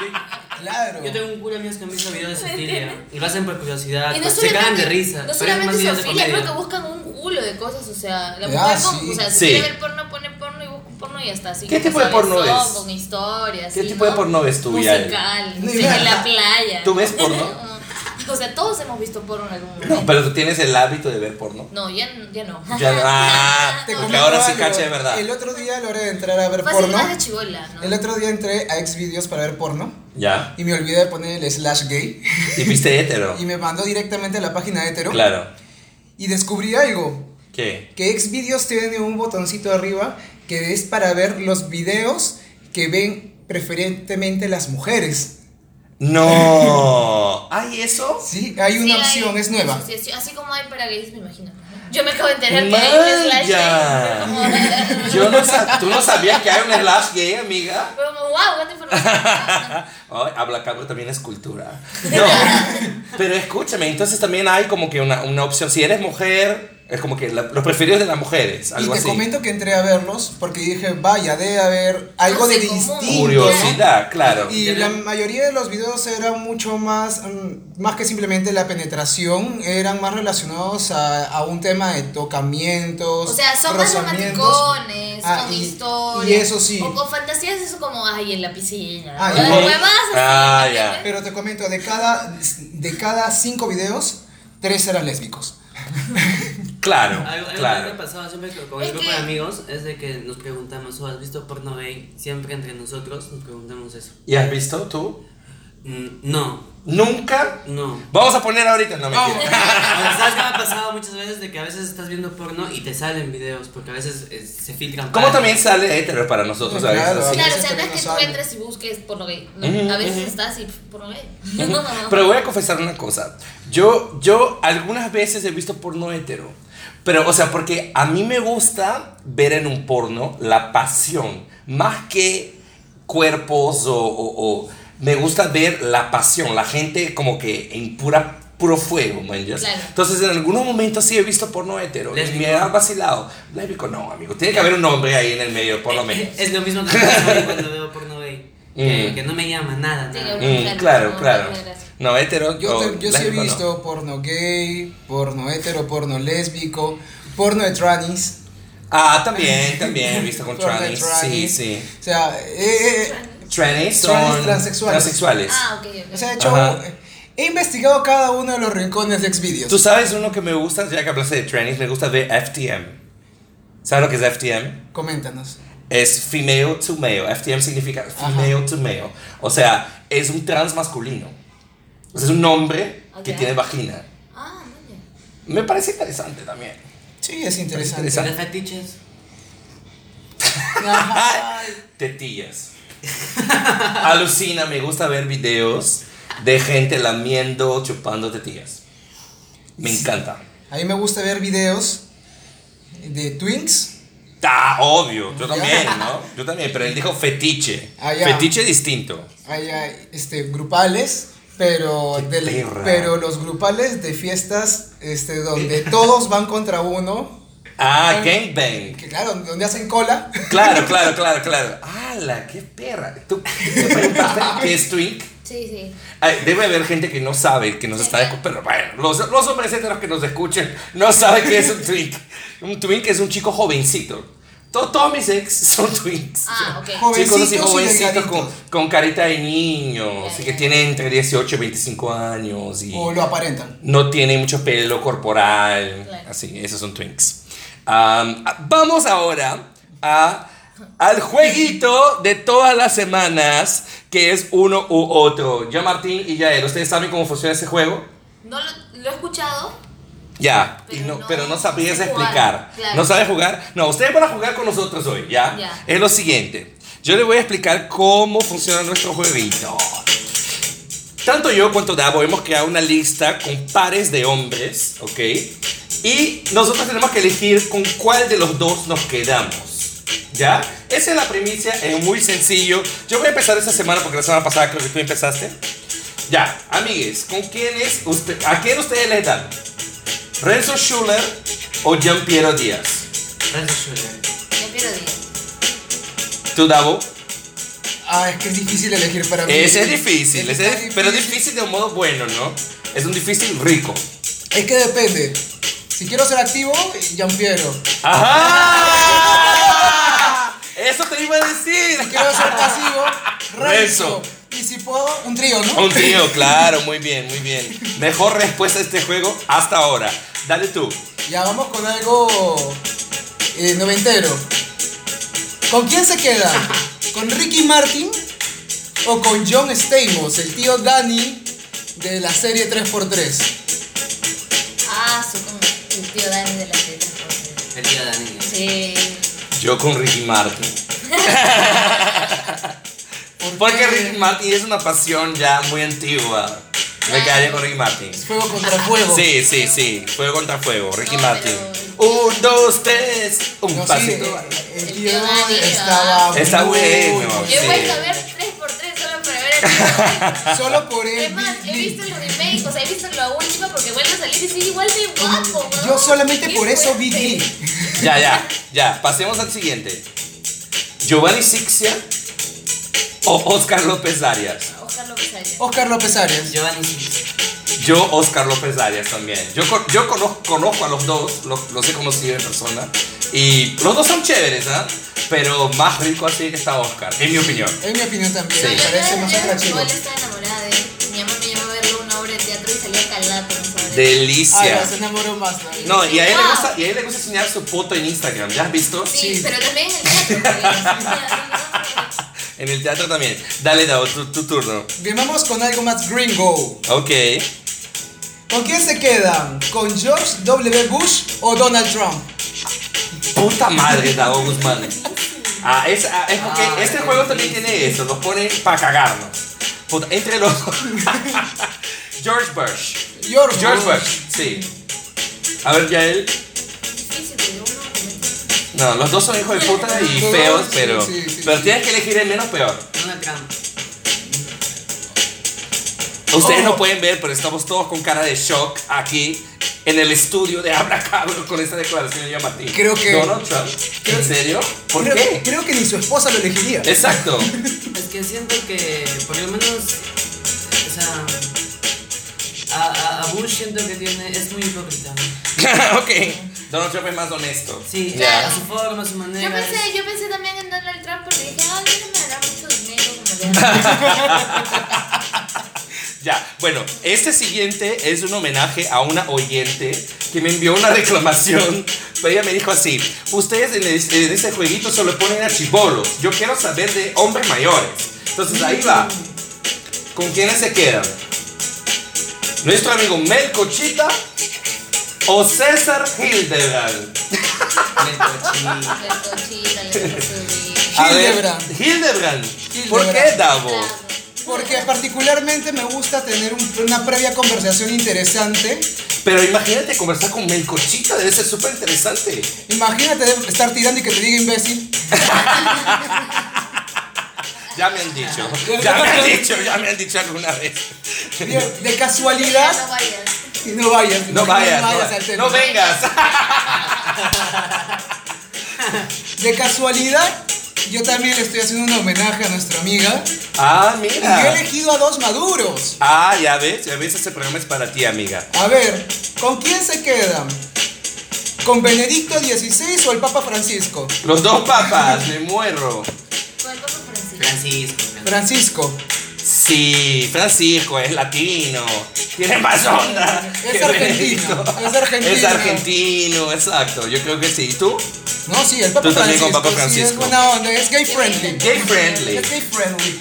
Speaker 3: que-
Speaker 1: Claro.
Speaker 3: Yo tengo un culo de amigos que han visto videos de Sofía y lo hacen por curiosidad, pues,
Speaker 4: Y no
Speaker 3: se cagan de
Speaker 4: solamente-
Speaker 3: risa. pero
Speaker 4: No
Speaker 3: es más
Speaker 4: solamente
Speaker 3: videos de
Speaker 4: Sofía, creo que
Speaker 3: comedia.
Speaker 4: buscan un culo de cosas. O sea, la
Speaker 1: Ah,
Speaker 4: mujer con-
Speaker 1: sí.
Speaker 4: o sea, si
Speaker 2: Sí.
Speaker 4: quiere ver porno, pone porno y busca un porno y ya está. Así
Speaker 2: ¿Qué
Speaker 4: que
Speaker 2: tipo de
Speaker 4: sabes,
Speaker 2: porno
Speaker 4: son,
Speaker 2: es?
Speaker 4: Con historias.
Speaker 2: ¿Qué
Speaker 4: ¿sí,
Speaker 2: tipo de
Speaker 4: no?
Speaker 2: porno ves tú, Yael?
Speaker 4: Musical.
Speaker 1: Ni
Speaker 4: sí,
Speaker 1: idea.
Speaker 4: en la playa.
Speaker 2: ¿Tú ves porno?
Speaker 4: o sea, todos hemos visto porno en algún momento.
Speaker 2: No, pero tú tienes el hábito de ver porno.
Speaker 4: No, ya, ya no.
Speaker 2: Ya no. Ah,
Speaker 1: Te
Speaker 2: Porque
Speaker 1: comento
Speaker 2: ahora sí
Speaker 1: algo.
Speaker 2: cacha de verdad.
Speaker 1: El otro día logré entrar a ver
Speaker 4: Fue así
Speaker 1: porno.
Speaker 4: más de chibola, ¿no?
Speaker 1: El otro día entré a Xvideos para ver porno.
Speaker 2: Ya.
Speaker 1: Y me olvidé de poner el slash gay.
Speaker 2: Y viste hetero.
Speaker 1: Y me mandó directamente a la página hetero.
Speaker 2: Claro.
Speaker 1: Y descubrí algo.
Speaker 2: ¿Qué?
Speaker 1: que Xvideos tiene un botoncito arriba que es para ver los videos que ven preferentemente las mujeres.
Speaker 2: No. ¿Hay eso?
Speaker 1: Sí, hay una
Speaker 4: Sí,
Speaker 1: opción,
Speaker 4: hay-
Speaker 1: es nueva.
Speaker 4: sí, sí, así como hay para gays, me imagino. Yo me acabo de enterar que
Speaker 2: Maya.
Speaker 4: hay slash gay. Fue como-
Speaker 2: Yo no sab- ¿Tú no sabías que hay un slash gay, amiga?
Speaker 4: Fue como, wow, cuánta información.
Speaker 2: Ay, habla cabro también es cultura. No. Pero escúchame, entonces también hay como que una, una opción. Si eres mujer, es como que la- los preferidos de las mujeres,
Speaker 1: Y
Speaker 2: algo
Speaker 1: te
Speaker 2: así.
Speaker 1: comento que entré a verlos porque dije, vaya, debe haber algo de
Speaker 4: Hace común.
Speaker 1: distinto.
Speaker 2: Curiosidad, claro.
Speaker 1: Y la mayoría de los videos eran mucho más, mm, más que simplemente la penetración, eran más relacionados a, a un tema de tocamientos.
Speaker 4: O sea, son más
Speaker 1: rozamientos.
Speaker 4: romanticones,
Speaker 1: Ah,
Speaker 4: con
Speaker 1: y-
Speaker 4: historias.
Speaker 1: y eso sí.
Speaker 4: O con fantasías, eso como, ay, en la piscina.
Speaker 1: Ah,
Speaker 4: o
Speaker 1: ya.
Speaker 4: de huevas así,
Speaker 2: Ah,
Speaker 4: ¿me
Speaker 2: ya.
Speaker 4: entiendes?
Speaker 1: Pero te comento, de cada, de cada cinco videos, tres eran lésbicos.
Speaker 2: Claro,
Speaker 3: Algo, algo que me
Speaker 2: claro.
Speaker 3: ha pasado siempre que- con
Speaker 4: Es
Speaker 3: el grupo de
Speaker 4: que-
Speaker 3: amigos es de que nos preguntamos, ¿o has visto porno gay? Siempre entre nosotros nos preguntamos eso.
Speaker 2: ¿Y has visto tú?
Speaker 3: Mm, no,
Speaker 2: Nunca.
Speaker 3: no.
Speaker 2: Vamos a poner ahorita, no mentira.
Speaker 3: Ahora, ¿Sabes qué me ha pasado muchas veces? De que a veces estás viendo porno y te salen videos, porque a veces eh, se filtran.
Speaker 2: ¿Cómo
Speaker 3: para-
Speaker 2: también sale hetero para nosotros a veces?
Speaker 1: Claro.
Speaker 2: así?
Speaker 4: Claro, o
Speaker 1: Eso
Speaker 4: sea, no
Speaker 1: también
Speaker 4: es que
Speaker 1: no
Speaker 4: tú
Speaker 1: saben.
Speaker 4: entres y busques porno gay. ¿no?
Speaker 2: Ujú,
Speaker 4: A veces
Speaker 2: ujú.
Speaker 4: estás y porno gay.
Speaker 2: Pero voy a confesar una cosa. Yo, yo algunas veces he visto porno hetero. Pero, o sea, porque a mí me gusta ver en un porno la pasión. Más que cuerpos o... o- o- me gusta ver la pasión, la gente como que en pura puro fuego, man. ya.
Speaker 4: Claro.
Speaker 2: Entonces, en algunos momentos sí he visto porno hetero. Y me
Speaker 3: Lésbico.
Speaker 2: ha vacilado. Lésbico, no, amigo. Tiene que haber un hombre ahí en el medio, por lo menos.
Speaker 3: Es lo mismo que me pasa a mí cuando veo porno gay. Que,
Speaker 2: Mm.
Speaker 3: que no me llama nada.
Speaker 4: Sí,
Speaker 3: nada.
Speaker 2: Mm,
Speaker 4: Claro,
Speaker 2: claro,
Speaker 4: no,
Speaker 2: claro.
Speaker 4: no, gracias.
Speaker 2: No, hetero.
Speaker 1: Yo,
Speaker 2: o
Speaker 1: te- yo sí he
Speaker 2: Oh, lésbico, no.
Speaker 1: visto porno gay, porno hetero, porno lésbico, porno de trannies.
Speaker 2: Ah, también, también he visto con
Speaker 1: porno de
Speaker 2: trannies. Sí,
Speaker 1: trannies.
Speaker 2: sí.
Speaker 1: O sea, eh, eh,
Speaker 2: Trannies
Speaker 1: Trannies
Speaker 2: son
Speaker 1: transexuales.
Speaker 2: transexuales.
Speaker 4: Ah, ok. ok.
Speaker 1: o sea, de hecho,
Speaker 2: Ajá.
Speaker 1: he investigado cada uno de los rincones de
Speaker 2: Tú
Speaker 1: Xvideos.
Speaker 2: sabes uno que me gusta, ya que hablaste de trannies, me gusta de FTM. ¿Sabes lo que es FTM?
Speaker 1: Coméntanos.
Speaker 2: Es female to male. FTM significa
Speaker 1: Ajá.
Speaker 2: female to male. O sea, es un trans masculino. O sea, es un hombre que
Speaker 4: Ok.
Speaker 2: tiene vagina.
Speaker 4: Ah, vaya.
Speaker 2: Me parece interesante también.
Speaker 1: Sí, es interesante.
Speaker 2: Interesante.
Speaker 3: Los fetiches.
Speaker 2: Tetillas. Alucina, me gusta ver videos de gente lamiendo, chupando tetillas. Me encanta.
Speaker 1: A mí me gusta ver videos de twins.
Speaker 2: Está obvio, yo también, ¿no? Yo también, pero él dijo fetiche.
Speaker 1: Ah, ya.
Speaker 2: Fetiche distinto.
Speaker 1: Hay hay, este, grupales, pero,
Speaker 2: Qué
Speaker 1: del-
Speaker 2: perra.
Speaker 1: pero los grupales de fiestas este, donde todos van contra uno,
Speaker 2: Ah, gangbang.
Speaker 1: que claro, donde hacen cola.
Speaker 2: Claro, claro, claro, claro. ¡Hala, qué perra! ¿Tú te preguntaste qué es twink?
Speaker 4: Sí, sí.
Speaker 2: Ay, debe haber gente que no sabe, que nos está escuchando. Pero bueno, los, los hombres heteros que nos escuchen no saben qué es un twink. Un twink es un chico jovencito. To- todos mis ex son twinks.
Speaker 4: Ah, ok.
Speaker 1: Joven.
Speaker 2: Chicos
Speaker 1: Jovencitos y
Speaker 2: así jovencitos con,
Speaker 1: delgaditos.
Speaker 2: con carita de niño, así que
Speaker 4: ya.
Speaker 2: tienen entre 18 y 25 años y
Speaker 1: O lo aparentan.
Speaker 2: no tiene mucho pelo corporal.
Speaker 4: Claro.
Speaker 2: Así, esos son twinks. Am, ah, vamos ahora a, al jueguito de todas las semanas, que es uno u otro. Ya Martín y Yael, ¿ustedes saben cómo funciona ese juego?
Speaker 4: No lo, lo he escuchado.
Speaker 2: Ya,
Speaker 4: Pero
Speaker 2: y no-
Speaker 4: no
Speaker 2: pero no sabías
Speaker 4: sé jugar,
Speaker 2: explicar.
Speaker 4: claro.
Speaker 2: No sabes jugar. No, ustedes van a jugar con nosotros hoy, ¿ya?
Speaker 4: Ya.
Speaker 2: Es lo siguiente. Yo les voy a explicar cómo funciona nuestro jueguito. Tanto yo cuanto Davo hemos creado una lista con pares de hombres, ¿ok? Y nosotros tenemos que elegir con cuál de los dos nos quedamos, ¿ya? Esa es la primicia, es muy sencillo. Yo voy a empezar esta semana porque la semana pasada creo que tú empezaste. Ya, amigues, ¿con quiénes usted, a quién ustedes les dan? ¿Renzo Schuller o Gian Piero Díaz?
Speaker 3: Francis Schuller.
Speaker 4: Me pierdo.
Speaker 2: ¿Tú, Davo?
Speaker 1: Ah, es que es difícil elegir para mí.
Speaker 2: Ese es difícil,
Speaker 1: Está
Speaker 2: ese es- pero es difícil de un modo bueno, ¿no? Es un difícil rico.
Speaker 1: Es que depende. Si quiero ser activo, Gianpiero.
Speaker 2: ¡Ajá! Eso te iba a decir.
Speaker 1: Si quiero ser pasivo, Renzo.
Speaker 2: Renzo.
Speaker 1: Y si puedo, un trío, ¿no?
Speaker 2: Un trío, claro, muy bien, muy bien. Mejor respuesta a este juego hasta ahora. Dale tú.
Speaker 1: Ya vamos con algo eh, noventero. ¿Con quién se queda? ¿Con Ricky Martin o con John Stamos, el tío Danny de la serie 3x3?
Speaker 4: Ah, su con el tío Dani de la teta. entonces.
Speaker 3: El día de Dani.
Speaker 4: Sí.
Speaker 2: Yo con Ricky Martin. Porque Ricky Martin es una pasión ya muy antigua. Me quedaría con Ricky Martin.
Speaker 1: Fuego contra fuego.
Speaker 2: Sí, sí, sí. Fuego contra fuego. Ricky
Speaker 4: No,
Speaker 2: Martin.
Speaker 4: pero-
Speaker 2: Un, dos, tres. Un
Speaker 1: No, sí,
Speaker 2: pasito.
Speaker 1: el- el
Speaker 4: El
Speaker 1: tío
Speaker 4: tío Dani,
Speaker 1: estaba
Speaker 2: Está
Speaker 1: muy
Speaker 2: bueno.
Speaker 4: Yo he
Speaker 2: Sí.
Speaker 4: vuelto a ver 3x3 solo para ver el tío Dani.
Speaker 1: Solo por él.
Speaker 4: Es más, he visto el remake, o sea, he visto la última porque vuelve a salir y sigue igual de guapo, weón.
Speaker 1: Yo solamente
Speaker 4: Qué
Speaker 1: por eso vi
Speaker 4: fuerte.
Speaker 1: Glee.
Speaker 2: Ya, ya, ya. Pasemos al siguiente. Giovanni Sixia o Oscar López Arias.
Speaker 4: Ojalá lo que haya.
Speaker 1: Oscar López Arias.
Speaker 3: Giovanni Six.
Speaker 2: Yo, Oscar López Arias también. Yo, con- yo conozco, conozco a los dos, los, los he conocido en persona. Y los dos son chéveres, ¿ah? Pero más rico así está Oscar, en mi opinión.
Speaker 1: En mi opinión también.
Speaker 2: Sí.
Speaker 1: Me parece más
Speaker 4: Yo
Speaker 1: atractivo.
Speaker 4: igual estaba enamorada de él. Mi mamá me llevó a verlo una obra de teatro y salía calada con su madre.
Speaker 1: Ahora
Speaker 2: Delicia.
Speaker 1: se enamoró más. ¿no?
Speaker 2: No, y a él le gusta, y a él le gusta enseñar su foto en Instagram, ¿ya has visto?
Speaker 4: Ah. Sí,
Speaker 1: Sí.
Speaker 4: pero también en el teatro. porque-
Speaker 2: En el teatro también. Dale, Dao, tu, tu turno.
Speaker 1: Bien, vamos con algo más gringo.
Speaker 2: Ok.
Speaker 1: ¿Con quién se quedan? ¿Con George W. Bush o Donald Trump?
Speaker 2: Puta madre, Dao Guzmán. Ah, es, ah, es porque
Speaker 3: Ah,
Speaker 2: este
Speaker 3: es
Speaker 2: juego también
Speaker 3: difícil.
Speaker 2: tiene eso, nos pone para cagarnos. Puta, entre los. George Bush.
Speaker 1: George,
Speaker 2: George Bush, sí. A ver, ya él.
Speaker 4: Difícil, porque uno comete-
Speaker 2: No, los dos son hijos de puta y
Speaker 1: Los
Speaker 2: feos,
Speaker 1: dos, sí,
Speaker 2: pero.
Speaker 1: sí, sí,
Speaker 2: pero
Speaker 1: sí.
Speaker 2: tienes que elegir el menos peor.
Speaker 3: Donald Trump.
Speaker 2: Ustedes
Speaker 1: Oh.
Speaker 2: no pueden ver, pero estamos todos con cara de shock aquí en el estudio de Abra Cabro con esta declaración de Martín.
Speaker 1: Creo que-
Speaker 2: Donald Trump. ¿En serio? ¿Por
Speaker 1: creo,
Speaker 2: qué?
Speaker 1: Creo que ni su esposa lo elegiría.
Speaker 2: Exacto.
Speaker 3: Es que siento que, por lo menos, o sea, a, a- a Bush siento que tiene, es muy hipócrita.
Speaker 2: ok. Donald Trump es más honesto.
Speaker 3: Sí,
Speaker 2: Ya.
Speaker 3: a su forma, a su manera.
Speaker 4: Yo
Speaker 3: es-
Speaker 4: pensé, yo pensé también en Donald Trump porque dije, ah, mira, me dará mucho dinero como le dan".
Speaker 2: Ya, bueno, este siguiente es un homenaje a una oyente que me envió una reclamación. Pero ella me dijo así: Ustedes en, es- en este jueguito solo ponen a chibolos. Yo quiero saber de hombres mayores. Entonces ahí va. ¿Con quiénes se quedan? ¿Nuestro amigo Mel Cochita o César Hildebrand?
Speaker 3: El cochino.
Speaker 4: Le cochita, le cochita.
Speaker 2: A ver,
Speaker 1: Hildebrand.
Speaker 2: Hildebrand. ¿Por qué,
Speaker 1: Hildebrand.
Speaker 2: Davo?
Speaker 1: Porque particularmente me gusta tener un- una previa conversación interesante.
Speaker 2: Pero imagínate conversar con Mel Cochita, debe ser súper interesante.
Speaker 1: Imagínate estar tirando y que te diga imbécil.
Speaker 2: Ya me han dicho, ya me han dicho, ya me han dicho alguna vez.
Speaker 1: Bien, De
Speaker 4: No
Speaker 1: casualidad,
Speaker 4: vayas.
Speaker 1: y no vayas.
Speaker 2: No vayas, no,
Speaker 1: al
Speaker 2: vayas,
Speaker 1: tema.
Speaker 2: no vengas.
Speaker 1: De casualidad, yo también le estoy haciendo un homenaje a nuestra amiga.
Speaker 2: Ah,
Speaker 1: Y yo he
Speaker 2: mira.
Speaker 1: elegido a dos maduros.
Speaker 2: Ah, ya ves, ya ves, este programa es para ti, amiga.
Speaker 1: A ver, ¿con quién se quedan? ¿Con Benedicto XVI o el Papa Francisco?
Speaker 2: Los dos papas, me muero.
Speaker 4: Vuelvo con Francisco.
Speaker 3: Francisco. Francisco.
Speaker 1: Francisco.
Speaker 2: Sí, Francisco es latino, tiene más onda.
Speaker 1: Es
Speaker 2: que
Speaker 1: argentino,
Speaker 2: Benedicto.
Speaker 1: es argentino.
Speaker 2: Es argentino, exacto. Yo creo que sí. ¿Y tú?
Speaker 1: No, sí, el Papa
Speaker 2: Tú también
Speaker 1: Francisco.
Speaker 2: con Papa
Speaker 1: Sí, es
Speaker 2: Francisco.
Speaker 1: buena onda, es gay friendly.
Speaker 2: Gay friendly.
Speaker 1: Es gay friendly.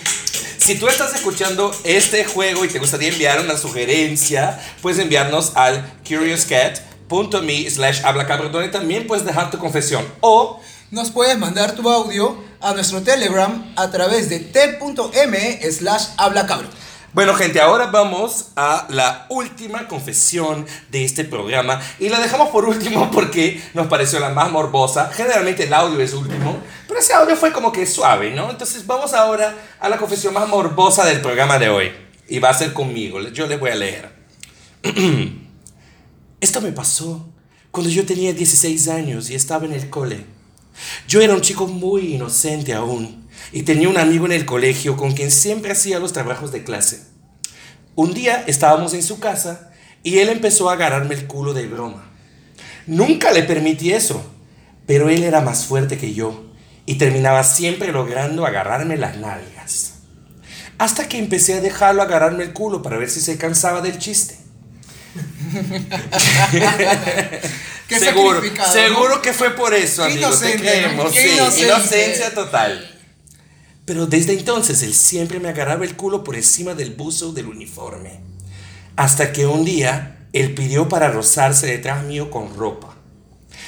Speaker 2: Si tú estás escuchando este juego y te gustaría enviar una sugerencia, puedes enviarnos al curiouscat.me slash hablacabra, donde también puedes dejar tu confesión. O
Speaker 1: Nos puedes mandar tu audio a nuestro Telegram a través de t.me slash habla cabrón.
Speaker 2: Bueno, gente, ahora vamos a la última confesión de este programa. Y la dejamos por último porque nos pareció la más morbosa. Generalmente el audio es último, pero ese audio fue como que suave, ¿no? Entonces vamos ahora a la confesión más morbosa del programa de hoy. Y va a ser conmigo, yo les voy a leer. Esto me pasó cuando yo tenía 16 años y estaba en el cole. Yo era un chico muy inocente aún, y tenía un amigo en el colegio con quien siempre hacía los trabajos de clase. Un día estábamos en su casa y él empezó a agarrarme el culo de broma. Nunca le permití eso, pero él era más fuerte que yo y terminaba siempre logrando agarrarme las nalgas. Hasta que empecé a dejarlo agarrarme el culo para ver si se cansaba del chiste.
Speaker 1: Qué
Speaker 2: seguro,
Speaker 1: sacrificado,
Speaker 2: seguro
Speaker 1: ¿no?
Speaker 2: que fue por eso,
Speaker 1: Qué
Speaker 2: amigo. te
Speaker 1: inocente,
Speaker 2: creemos,
Speaker 1: qué
Speaker 2: sí,
Speaker 1: inocente.
Speaker 2: inocencia total. Pero desde entonces él siempre me agarraba el culo por encima del buzo del uniforme. Hasta que un día él pidió para rozarse detrás mío con ropa.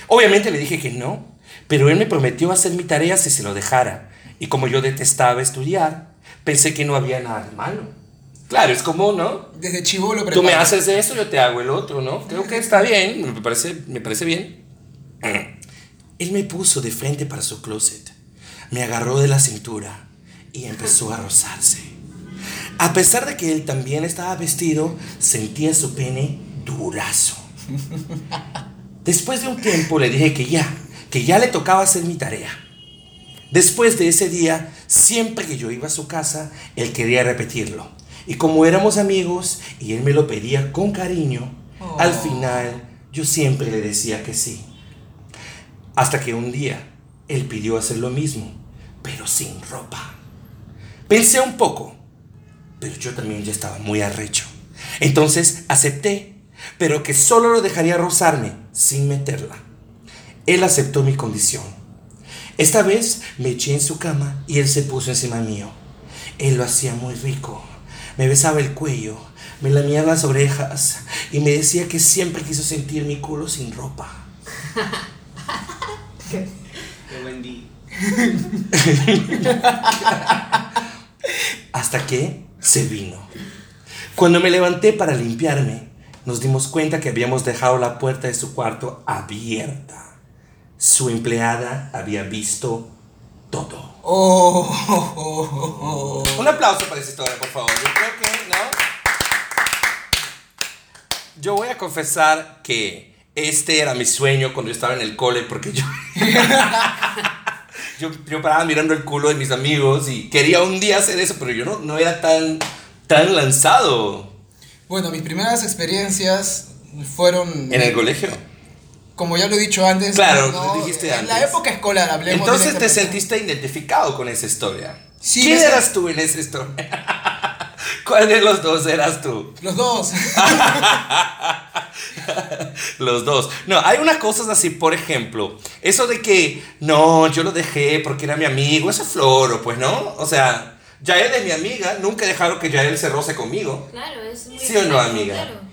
Speaker 2: Obviamente le dije que no, pero él me prometió hacer mi tarea si se lo dejara. Y como yo detestaba estudiar, pensé que no había nada de malo. Claro, es común, ¿no?
Speaker 1: Desde chivolo
Speaker 2: Tú me
Speaker 1: preparado.
Speaker 2: haces eso, yo te hago el otro, ¿no? Creo que está bien, me parece, me parece bien. Él me puso de frente para su closet, me agarró de la cintura y empezó a rozarse. A pesar de que él también estaba vestido, sentía su pene durazo. Después de un tiempo le dije que ya, que ya le tocaba hacer mi tarea. Después de ese día, siempre que yo iba a su casa, él quería repetirlo. Y como éramos amigos y él me lo pedía con cariño,
Speaker 1: Oh.
Speaker 2: al final yo siempre le decía que sí. Hasta que un día él pidió hacer lo mismo, pero sin ropa. Pensé un poco, pero yo también ya estaba muy arrecho. Entonces acepté, pero que solo lo dejaría rozarme sin meterla. Él aceptó mi condición. Esta vez me eché en su cama y él se puso encima mío. Él lo hacía muy rico. Me besaba el cuello, me lamía las orejas y me decía que siempre quiso sentir mi culo sin ropa.
Speaker 3: Qué buen día.
Speaker 2: hasta que se vino. Cuando me levanté para limpiarme, nos dimos cuenta que habíamos dejado la puerta de su cuarto abierta. Su empleada había visto todo.
Speaker 1: Oh, oh, oh, oh, oh.
Speaker 2: Un aplauso para esa historia, por favor. Yo creo que, ¿no? Yo voy a confesar que este era mi sueño cuando yo estaba en el cole, porque yo. yo, yo paraba mirando el culo de mis amigos y quería un día hacer eso, pero yo no, no era tan, tan lanzado
Speaker 1: Bueno, mis primeras experiencias fueron.
Speaker 2: en el colegio.
Speaker 1: Como ya lo he dicho antes.
Speaker 2: Claro, dijiste
Speaker 1: en la
Speaker 2: antes.
Speaker 1: época escolar hablemos.
Speaker 2: Entonces te
Speaker 1: directamente.
Speaker 2: sentiste identificado con esa historia.
Speaker 1: Sí,
Speaker 2: ¿Quién
Speaker 1: es que-
Speaker 2: eras tú en esa historia? ¿Cuál de los dos eras tú?
Speaker 1: Los dos.
Speaker 2: Ah. Los dos. No, hay unas cosas así, por ejemplo, eso de que no, yo lo dejé porque era mi amigo, eso es floro, pues no. O sea, Yael es mi amiga, nunca dejaron que Yael se roce conmigo.
Speaker 4: Claro, es muy
Speaker 2: ¿Sí o no,
Speaker 4: claro,
Speaker 2: amiga?
Speaker 4: claro.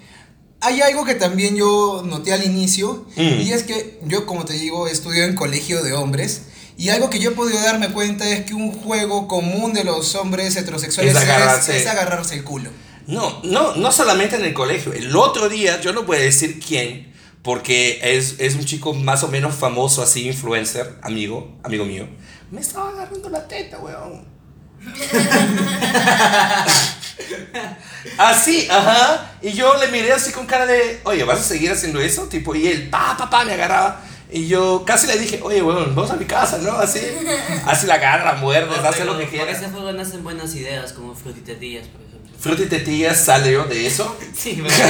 Speaker 1: Hay algo que también yo noté al inicio,
Speaker 2: Mm.
Speaker 1: y es que yo, como te digo, estudio en colegio de hombres, y algo que yo he podido darme cuenta es que un juego común de los hombres heterosexuales
Speaker 2: Es
Speaker 1: es
Speaker 2: agarrarse.
Speaker 1: es agarrarse el culo.
Speaker 2: No, no, no solamente en el colegio. El otro día, yo no voy a decir quién, porque es, es un chico más o menos famoso, así, influencer, amigo, amigo mío. Me estaba agarrando la teta, weón. así, ajá. Y yo le miré así con cara de, oye, ¿vas a seguir haciendo eso? Tipo, y él, pa, pa, pa, me agarraba. Y yo casi le dije, oye, weón, vamos a mi casa, ¿no? Así, así la agarra, muerdes,
Speaker 3: No,
Speaker 2: hace
Speaker 3: pero
Speaker 2: lo que
Speaker 3: Por
Speaker 2: quieras.
Speaker 3: ese juego nacen buenas ideas, como frutiterías, por ejemplo.
Speaker 2: Fruta y tetillas salió de eso.
Speaker 3: Sí, ¿verdad?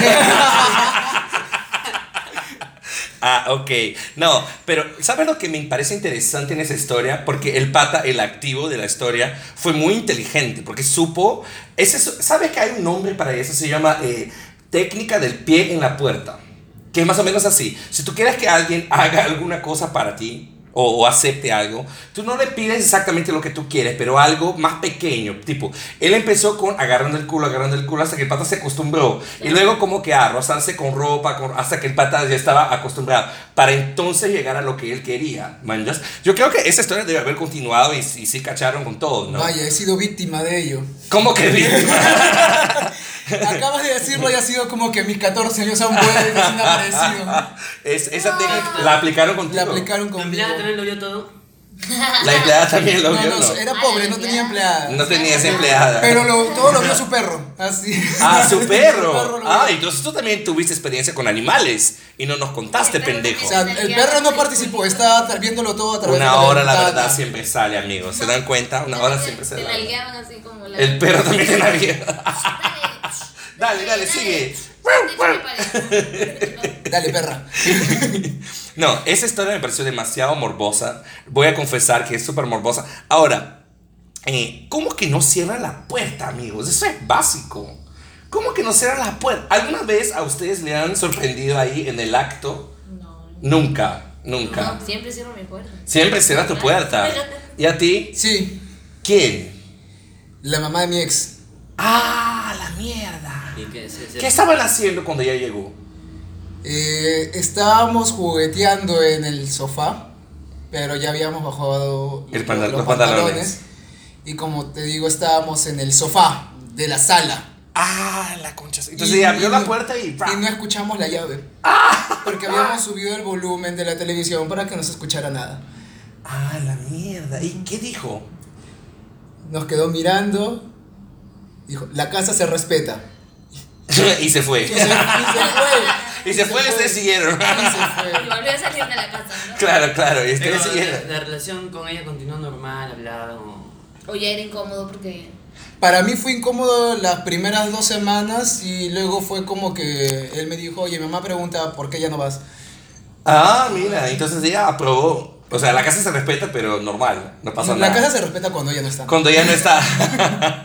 Speaker 2: Ah, ok. No, pero ¿sabes lo que me parece interesante en esa historia? Porque el pata, el activo de la historia, fue muy inteligente, porque supo... Ese, ¿Sabes que hay un nombre para eso? Se llama eh, técnica del pie en la puerta. Que es más o menos así. Si tú quieres que alguien haga alguna cosa para ti o, o acepte algo, tú no le pides exactamente lo que tú quieres, pero algo más pequeño. Tipo, él empezó con agarrando el culo, agarrando el culo, hasta que el pata se acostumbró. Y luego como que a rozarse con ropa, con- hasta que el pata ya estaba acostumbrado. Para entonces llegar a lo que él quería. ¿Manjas? Yo creo que esa historia debe haber continuado y, y sí cacharon con todo, ¿no?
Speaker 1: Vaya, he sido víctima de ello.
Speaker 2: ¿Cómo que
Speaker 1: Acabas de decirlo y ha sido como que mis 14 años han vuelto y no han aparecido.
Speaker 2: es, esa técnica la aplicaron contigo.
Speaker 1: La aplicaron
Speaker 3: Mi
Speaker 1: conmigo.
Speaker 3: empleada también lo vio todo.
Speaker 2: La empleada también lo
Speaker 1: No,
Speaker 2: vio,
Speaker 1: no,
Speaker 2: ¿no?
Speaker 1: era pobre, no tenía empleada.
Speaker 2: No tenías empleada.
Speaker 1: Pero lo, todo lo vio su perro. Así.
Speaker 2: Ah, su
Speaker 1: perro
Speaker 2: perro.
Speaker 1: lo
Speaker 2: Ah,
Speaker 1: vio.
Speaker 2: entonces tú también tuviste experiencia con animales y no nos contaste,
Speaker 4: El perro
Speaker 2: pendejo.
Speaker 1: O sea, el perro no participó, estaba viéndolo todo a través de
Speaker 2: Una hora, la
Speaker 1: ventana.
Speaker 2: verdad, siempre sale, amigos. ¿Se dan cuenta? Una hora siempre
Speaker 4: se
Speaker 2: sale.
Speaker 4: la nalgueaban así como la.
Speaker 2: El perro también te navega. Dale,
Speaker 4: Dale,
Speaker 2: dale, sigue.
Speaker 1: Dale, perra.
Speaker 2: No, esa historia me pareció demasiado morbosa. Voy a confesar que es súper morbosa. Ahora, eh, ¿cómo que no cierra la puerta, amigos? Eso es básico. ¿Cómo que no cierra la puerta? ¿Alguna vez a ustedes le han sorprendido ahí en el acto?
Speaker 4: No, no.
Speaker 2: Nunca, nunca.
Speaker 4: No, siempre cierro mi puerta.
Speaker 2: Siempre cierra tu puerta. ¿Y a ti?
Speaker 1: Sí,
Speaker 2: ¿Quién?
Speaker 1: la mamá de mi ex.
Speaker 2: ¡Ah, la mierda!
Speaker 3: Y que se- se-
Speaker 2: ¿Qué estaban haciendo cuando ella llegó?
Speaker 1: Eh, estábamos jugueteando en el sofá, pero ya habíamos bajado
Speaker 2: El pantal- los pantalones.
Speaker 1: Y como te digo, estábamos en el sofá de la sala.
Speaker 2: ¡Ah, la concha! Entonces
Speaker 1: Y-
Speaker 2: ella abrió
Speaker 1: y
Speaker 2: la
Speaker 1: no-
Speaker 2: puerta y... ¡Ah! ¡pra!
Speaker 1: Y no escuchamos la llave. Porque habíamos subido el volumen de la televisión para que no se escuchara nada.
Speaker 2: ¡Ah, la mierda! ¿Y qué dijo?
Speaker 1: Nos quedó mirando. Dijo, la casa se respeta.
Speaker 2: y se fue.
Speaker 1: Y se, y se fue.
Speaker 2: Y se fue y ustedes siguieron.
Speaker 1: Y se
Speaker 4: Y
Speaker 1: fue.
Speaker 4: volví a salir de la casa,
Speaker 2: Claro, claro, y ustedes
Speaker 3: Pero la,
Speaker 2: siguieron.
Speaker 3: la relación con ella continuó normal, hablado.
Speaker 4: ¿no? O ya era incómodo porque.
Speaker 1: Para mí fue incómodo las primeras dos semanas y luego fue como que él me dijo, oye, mi mamá pregunta, ¿por qué ya no vas?
Speaker 2: Ah, mira, entonces ella aprobó. O sea, la casa se respeta, pero normal, no pasa
Speaker 1: la
Speaker 2: nada.
Speaker 1: casa se respeta cuando ella no está.
Speaker 2: Cuando ya no está.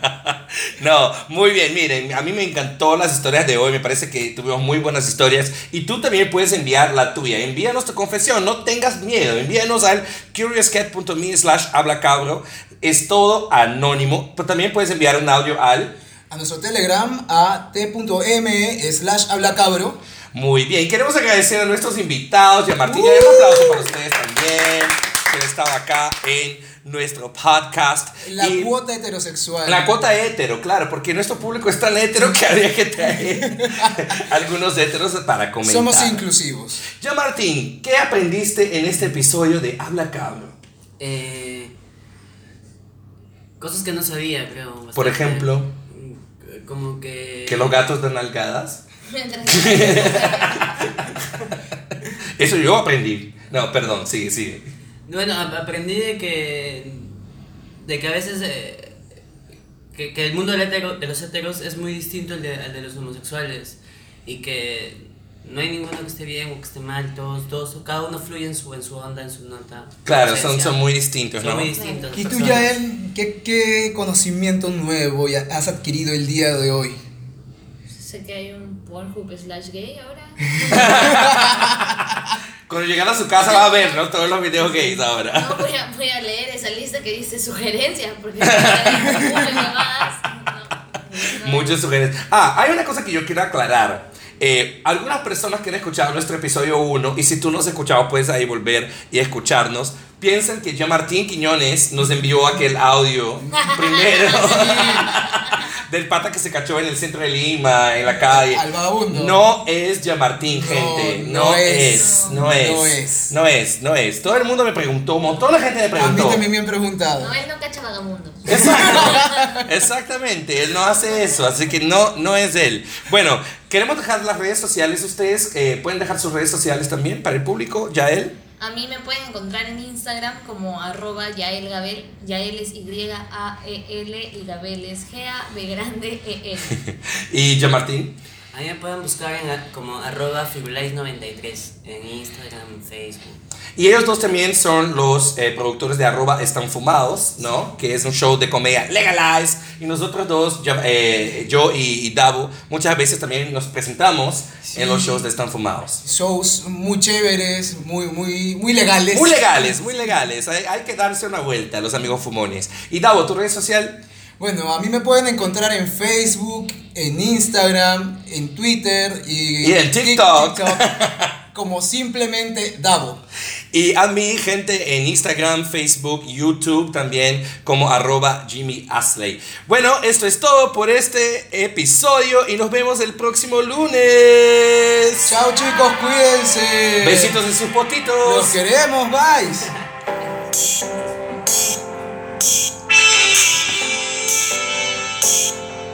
Speaker 2: no, muy bien, miren, a mí me encantó las historias de hoy, me parece que tuvimos muy buenas historias y tú también puedes enviar la tuya, envíanos tu confesión, no tengas miedo, envíanos al curiouscat.me slash habla cabro, es todo anónimo, pero también puedes enviar un audio al...
Speaker 1: A nuestro Telegram, a t.me slash hablacabro.
Speaker 2: Muy bien, queremos agradecer a nuestros invitados y a Martina. Un aplauso para ustedes también, que han estado acá en nuestro podcast.
Speaker 1: La
Speaker 2: Y-
Speaker 1: cuota heterosexual.
Speaker 2: La cuota hétero, claro, porque nuestro público es tan hétero que habría que traer algunos héteros para comentar.
Speaker 1: Somos inclusivos.
Speaker 2: Ya, Martín, ¿qué aprendiste en este episodio de Habla Cabro?
Speaker 3: Eh, cosas que no sabía, creo. bastante.
Speaker 2: Por ejemplo.
Speaker 3: Mm, Como que.
Speaker 2: ¿Que los gatos dan nalgadas? Eso yo aprendí. No, perdón, sigue, sigue.
Speaker 3: Bueno, a- aprendí de que. de que a veces. eh, que, que el mundo del hetero- de los heteros es muy distinto al de, al de los homosexuales. Y que no hay ninguno que esté bien o que esté mal, todos, todos, cada uno fluye en su, en su onda, en su nota.
Speaker 2: Claro,
Speaker 3: su
Speaker 2: son,
Speaker 3: esencia.
Speaker 2: son muy distintos,
Speaker 3: Son
Speaker 2: ¿no?
Speaker 3: muy distintos.
Speaker 1: ¿Y
Speaker 3: las
Speaker 1: tú ya,
Speaker 3: personas.
Speaker 1: él, qué, qué conocimiento nuevo ya has adquirido el día de hoy?
Speaker 4: sé que hay un Pornhub slash gay ahora.
Speaker 2: Cuando llegara a su casa va a ver, ¿no? Todos los videos gays ahora.
Speaker 4: No voy a, voy a leer esa lista que dice sugerencias porque no me más. No, no.
Speaker 2: Muchas sugerencias. Ah, hay una cosa que yo quiero aclarar. Eh, algunas personas que han escuchado nuestro episodio 1, y si tú no has escuchado, puedes ahí volver y escucharnos. Piensan que ya Martín Quiñones nos envió aquel audio primero del pata que se cachó en el centro de Lima, en la calle.
Speaker 1: Al vagabundo.
Speaker 2: No es Yamartín,
Speaker 1: No,
Speaker 2: gente. No,
Speaker 1: no
Speaker 2: es,
Speaker 1: es.
Speaker 2: no es. No es. No es, Todo el mundo me preguntó, un montón de gente me
Speaker 1: A mí
Speaker 2: preguntó.
Speaker 1: también me han preguntado.
Speaker 4: No, él no cacha vagamundos.
Speaker 2: Exacto. Exactamente, él no hace eso, así que no, no es él. Bueno, queremos dejar las redes sociales, ustedes eh, pueden dejar sus redes sociales también para el público, ya él.
Speaker 4: A mí me pueden encontrar en Instagram como arroba Yael Gabel. Yael es Y-A-E-L E y Gabel es G-A-B grande E E-L.
Speaker 2: Y ya Martín.
Speaker 3: A mí me pueden buscar en a- como arroba fibulais93 en Instagram, Facebook.
Speaker 2: Y ellos dos también son los eh, productores de arroba están fumados, ¿no? Que es un show de comedia legalize. Y nosotros dos, ya- eh, yo y, y Davo, muchas veces también nos presentamos en los shows de están fumados.
Speaker 1: Shows muy chéveres, muy, muy, muy legales.
Speaker 2: Muy legales, muy legales. Hay, hay que darse una vuelta a los amigos fumones. Y Davo, tu red social.
Speaker 1: Bueno, a mí me pueden encontrar en Facebook, en Instagram, en Twitter y,
Speaker 2: Y en TikTok.
Speaker 1: como simplemente Davo.
Speaker 2: Y a mí, gente, en Instagram, Facebook, YouTube, también como arroba Jimmy Asley. Bueno, esto es todo por este episodio y nos vemos el próximo lunes.
Speaker 1: Chao chicos, cuídense.
Speaker 2: Besitos en sus potitos.
Speaker 1: Los queremos, bye. Adiós.